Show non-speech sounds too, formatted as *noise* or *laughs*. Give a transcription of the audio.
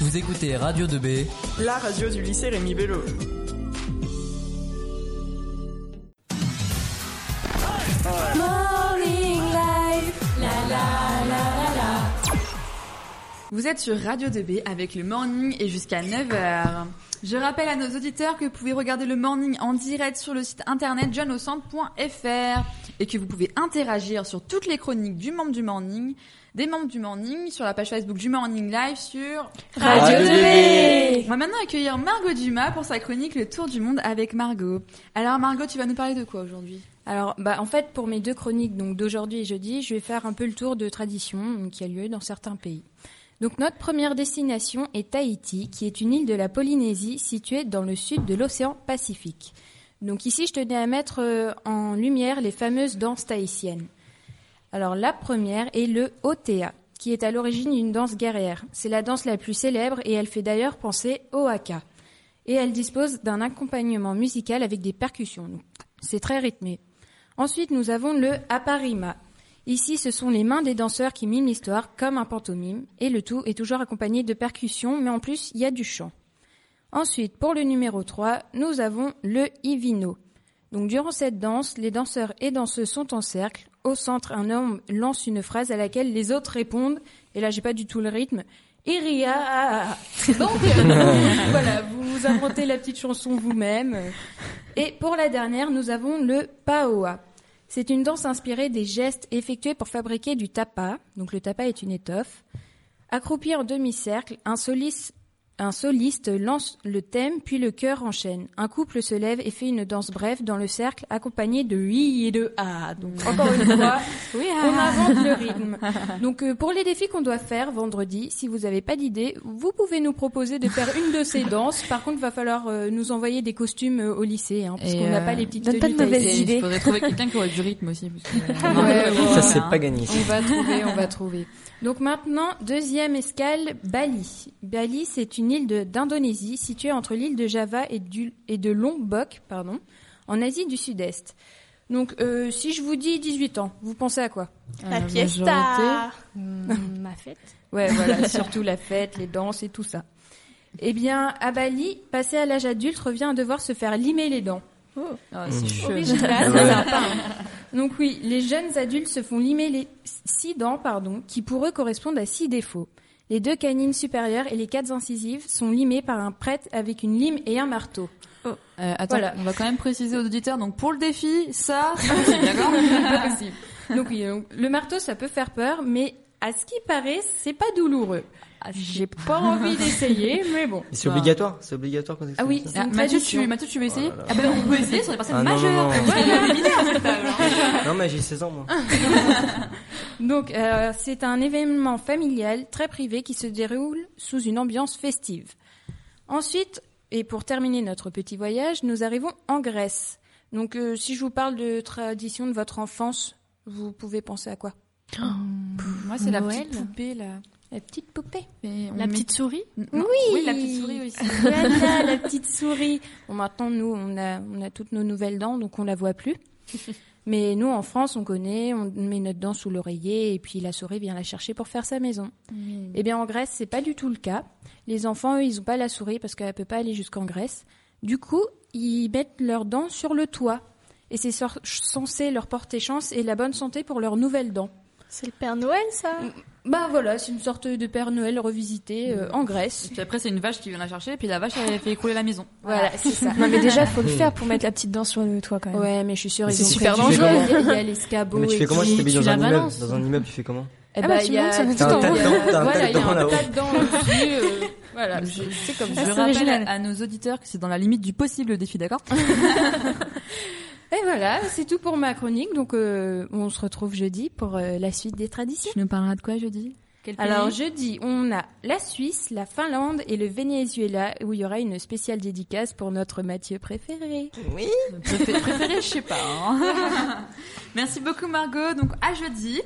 Vous écoutez Radio 2B. La radio du lycée Rémi Bello. Vous êtes sur Radio 2B avec le morning et jusqu'à 9h. Je rappelle à nos auditeurs que vous pouvez regarder le morning en direct sur le site internet jeuneaucentre.fr et que vous pouvez interagir sur toutes les chroniques du membre du morning, des membres du morning, sur la page Facebook du Morning Live, sur Radio 2B. On va maintenant accueillir Margot Dumas pour sa chronique Le Tour du Monde avec Margot. Alors Margot, tu vas nous parler de quoi aujourd'hui Alors, bah, en fait, pour mes deux chroniques, donc d'aujourd'hui et jeudi, je vais faire un peu le tour de tradition qui a lieu dans certains pays. Donc, notre première destination est Tahiti, qui est une île de la Polynésie située dans le sud de l'océan Pacifique. Donc, ici, je tenais à mettre euh, en lumière les fameuses danses tahitiennes. Alors, la première est le Otea, qui est à l'origine d'une danse guerrière. C'est la danse la plus célèbre et elle fait d'ailleurs penser au haka. Et elle dispose d'un accompagnement musical avec des percussions. Donc, C'est très rythmé. Ensuite, nous avons le aparima. Ici, ce sont les mains des danseurs qui miment l'histoire comme un pantomime, et le tout est toujours accompagné de percussions, mais en plus, il y a du chant. Ensuite, pour le numéro 3, nous avons le ivino. Donc, durant cette danse, les danseurs et danseuses sont en cercle. Au centre, un homme lance une phrase à laquelle les autres répondent, et là, j'ai pas du tout le rythme. Iria Donc, voilà, vous inventez la petite chanson vous-même. Et pour la dernière, nous avons le paoa. C'est une danse inspirée des gestes effectués pour fabriquer du tapa. Donc le tapa est une étoffe. Accroupi en demi-cercle, un solis- un soliste lance le thème, puis le chœur enchaîne. Un couple se lève et fait une danse brève dans le cercle, accompagné de oui et de ah. Donc *laughs* encore une fois, on invente le rythme. *laughs* Donc euh, pour les défis qu'on doit faire vendredi, si vous n'avez pas d'idée, vous pouvez nous proposer de faire une de *laughs* ces danses. Par contre, il va falloir euh, nous envoyer des costumes euh, au lycée, hein, parce Et, qu'on n'a euh, pas les petites donne pas de tenues mauvaises taillées. idées. Il faudrait trouver quelqu'un qui aurait du rythme aussi. Parce que... Ouais, ouais, Ça, c'est Voilà. pas gagné. On va trouver, on va trouver. Donc maintenant, deuxième escale, Bali. Bali, c'est une île de- d'Indonésie située entre l'île de Java et, du, et de Lombok, pardon, en Asie du Sud-Est. Donc euh, si je vous dis 18 ans, vous pensez à quoi La Euh, majorité. fiesta. Ma fête. Ouais, voilà, *laughs* surtout la fête, les danses et tout ça. Eh bien, à Bali, passer à l'âge adulte revient à devoir se faire limer les dents. Ah, Oh. c'est chaud. Original, Ouais. sympa, hein. *laughs* Donc oui, les jeunes adultes se font limer les six dents, pardon, qui pour eux correspondent à six défauts. Les deux canines supérieures et les quatre incisives sont limées par un prêtre avec une lime et un marteau. Euh, attends, Voilà. on va quand même préciser aux auditeurs. Donc pour le défi, ça, c'est possible, d'accord Pas possible. Donc oui, donc, le marteau ça peut faire peur, mais à ce qui paraît, c'est pas douloureux. J'ai pas envie d'essayer, mais bon. c'est C'est obligatoire. C'est obligatoire qu'on Ah oui, c'est Ah, une Mathieu, tradition. tu, Mathieu, tu veux essayer Oh là là. Ah ben on peut essayer sur les personnes Ah non, non, majeures. non. Parce qu'il y a des mineurs à cette table. Non, mais j'ai 16 ans, moi. Ah. Donc, euh, c'est un événement familial très privé qui se déroule sous une ambiance festive. Ensuite, et pour terminer notre petit voyage, nous arrivons en Grèce. Donc, euh, si je vous parle de tradition de votre enfance, vous pouvez penser à quoi Moi, c'est la Noël. petite poupée là. La petite poupée. Mais on La met- petite souris Non, Oui. oui, la petite souris aussi. *laughs* Voilà, la petite souris. Bon, maintenant, nous, on a, on a toutes nos nouvelles dents, donc on la voit *laughs* plus. Mais nous, en France, on connaît, on met notre dent sous l'oreiller et puis la souris vient la chercher pour faire sa maison. Eh bien, en Grèce, c'est pas du tout le cas. Les enfants, eux, ils n'ont pas la souris parce qu'elle peut pas aller jusqu'en Grèce. Du coup, ils mettent leurs dents sur le toit. Et c'est sor- censé leur porter chance et la bonne santé pour leurs nouvelles dents. C'est le Père Noël, ça Bah voilà, c'est une sorte de Père Noël revisité euh, en Grèce. Puis après, c'est une vache qui vient la chercher. Puis la vache, elle fait écouler la maison. Voilà, c'est ça. *laughs* Non, mais déjà, faut le faire pour mettre la petite dent sur le toit quand même. Ouais, mais je suis sûre, Mais ils c'est ont super prévu. dangereux. hein. Il y a- il y a l'escabeau. mais tu fais et comment tout. si t'es tu dans la un immeuble balances. Dans un immeuble, tu fais comment Ah Eh bah, bah, il tu y a- montes, ça va il tout y a- en haut. T'as un Voilà, tas il de y a dents un là-haut. tas de dents au-dessus. euh, Voilà, c'est c'est comme ça. Ah, Je c'est rappelle original. à nos auditeurs que c'est dans la limite du possible le défi, d'accord Et voilà, c'est tout pour ma chronique. Donc, euh, on se retrouve jeudi pour euh, la suite des traditions. Tu nous parleras de quoi jeudi Quel pays Alors, jeudi, on a la Suisse, la Finlande et le Venezuela, où il y aura une spéciale dédicace pour notre Mathieu préféré. Préfé- préféré, je sais pas. hein. Merci beaucoup Margot. Donc à jeudi.